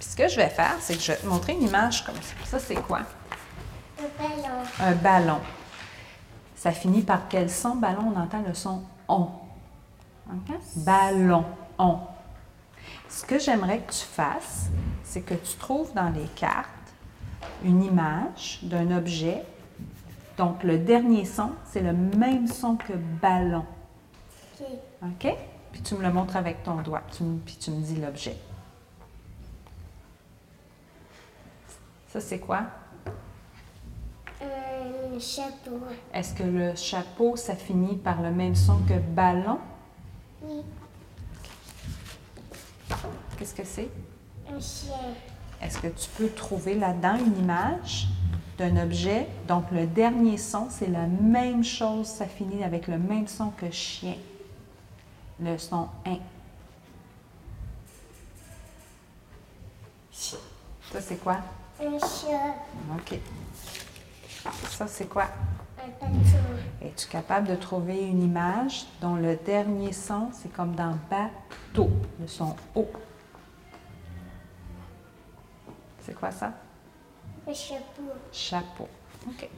Ce que je vais faire, c'est que je vais te montrer une image comme ça. Ça, c'est quoi? Le ballon. Un ballon. Ça finit par quel son? Ballon, on entend le son on. OK? Ballon, on. Ce que j'aimerais que tu fasses, c'est que tu trouves dans les cartes une image d'un objet. Donc, le dernier son, c'est le même son que ballon. Ok. OK? Puis tu me le montres avec ton doigt, tu me- puis tu me dis l'objet. Ça, c'est quoi? Un chapeau. Est-ce que le chapeau, ça finit par le même son que ballon? Oui. Qu'est-ce que c'est? Un chien. Est-ce que tu peux trouver là-dedans une image d'un objet? Donc, le dernier son, c'est la même chose, ça finit avec le même son que chien. Le son in. Ça, c'est quoi? Un chat. OK. Ça, c'est quoi? Un bateau. Es-tu capable de trouver une image dont le dernier son, c'est comme dans bateau, le son O? C'est quoi ça? Un chapeau. Chapeau. OK.